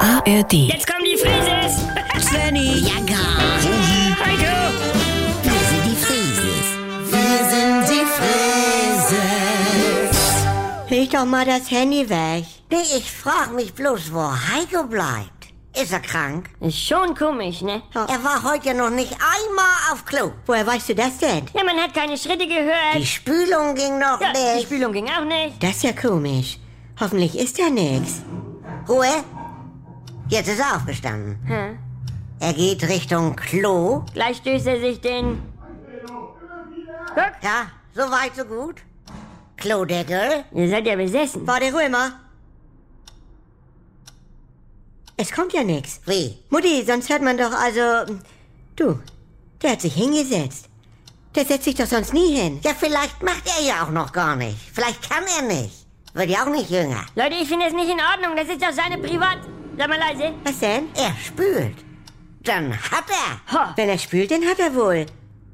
ARD. Jetzt kommen die Frises! Svenny, Ja, gar. Heiko! Wir sind die Frieses. Wir sind die Frieses. leg doch mal das Handy weg. Nee, ich frag mich bloß, wo Heiko bleibt. Ist er krank? Ist schon komisch, ne? Er war heute noch nicht einmal auf Klo. Woher weißt du das denn? Ja, man hat keine Schritte gehört. Die Spülung ging noch Ja, die nicht. Spülung ging auch nicht. Das ist ja komisch. Hoffentlich ist da nichts. Ruhe. Jetzt ist er aufgestanden. Hm. Er geht Richtung Klo. Gleich stößt er sich den. Guck, Ja, so weit, so gut. Klodeckel. ihr seid ja besessen. Warte, Ruhe mal. Es kommt ja nichts. Wie? Mutti, sonst hört man doch also... Du, der hat sich hingesetzt. Der setzt sich doch sonst nie hin. Ja, vielleicht macht er ja auch noch gar nicht. Vielleicht kann er nicht. Wird ja auch nicht jünger. Leute, ich finde das nicht in Ordnung. Das ist doch seine Privat. Sag mal leise. Was denn? Er spült. Dann hat er. Ho. Wenn er spült, dann hat er wohl.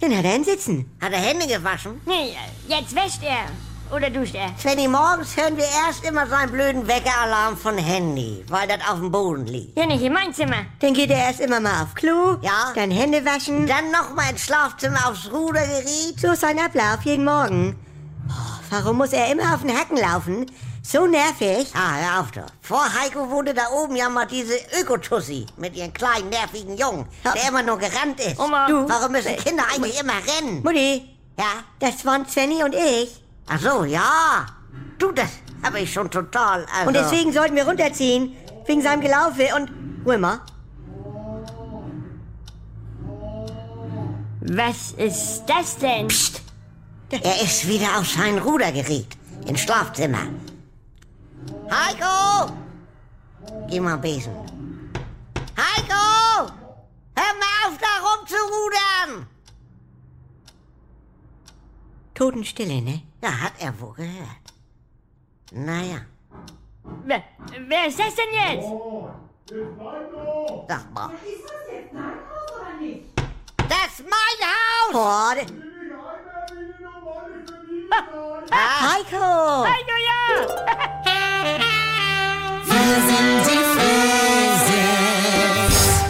Dann hat er einen Sitzen. Hat er Hände gewaschen? Nee, jetzt wäscht er. Oder duscht er. Svenny, morgens hören wir erst immer seinen blöden Weckeralarm von Handy, weil das auf dem Boden liegt. Ja, nicht in mein Zimmer. Dann geht er erst immer mal auf Klo. Ja. Dann Hände waschen. Dann nochmal ins Schlafzimmer aufs Ruder geriet. So ist sein Ablauf jeden Morgen. Oh, warum muss er immer auf den Hacken laufen? So nervig. Ah, hör auf doch. Vor Heiko wurde da oben ja mal diese Ökotussi mit ihren kleinen, nervigen Jungen, der immer nur gerannt ist. Oma. Du. Warum müssen Kinder eigentlich immer rennen? Äh, Mutti, Ja? das waren Svenny und ich. Ach so, ja. Du, das habe ich schon total. Also, Und deswegen sollten wir runterziehen. Wegen seinem Gelaufe und... Ruhe mal. Was ist das denn? Er ist wieder auf sein Ruder geriet. Ins Schlafzimmer. Heiko! Geh mal besen. Heiko! Hör mal auf, da rumzurudern! Totenstille, ne? Ja, hat er wohl gehört. Naja, Wer, wer ist das denn jetzt? sag mal. Das ist mein Haus! Boah, d- Ah, Heiko! Heiko, ja!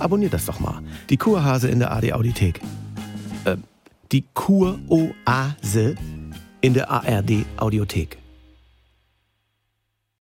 Abonniert das doch mal. Die Kurhase in der AD Audiothek. Äh, die Kuroase in der ARD Audiothek.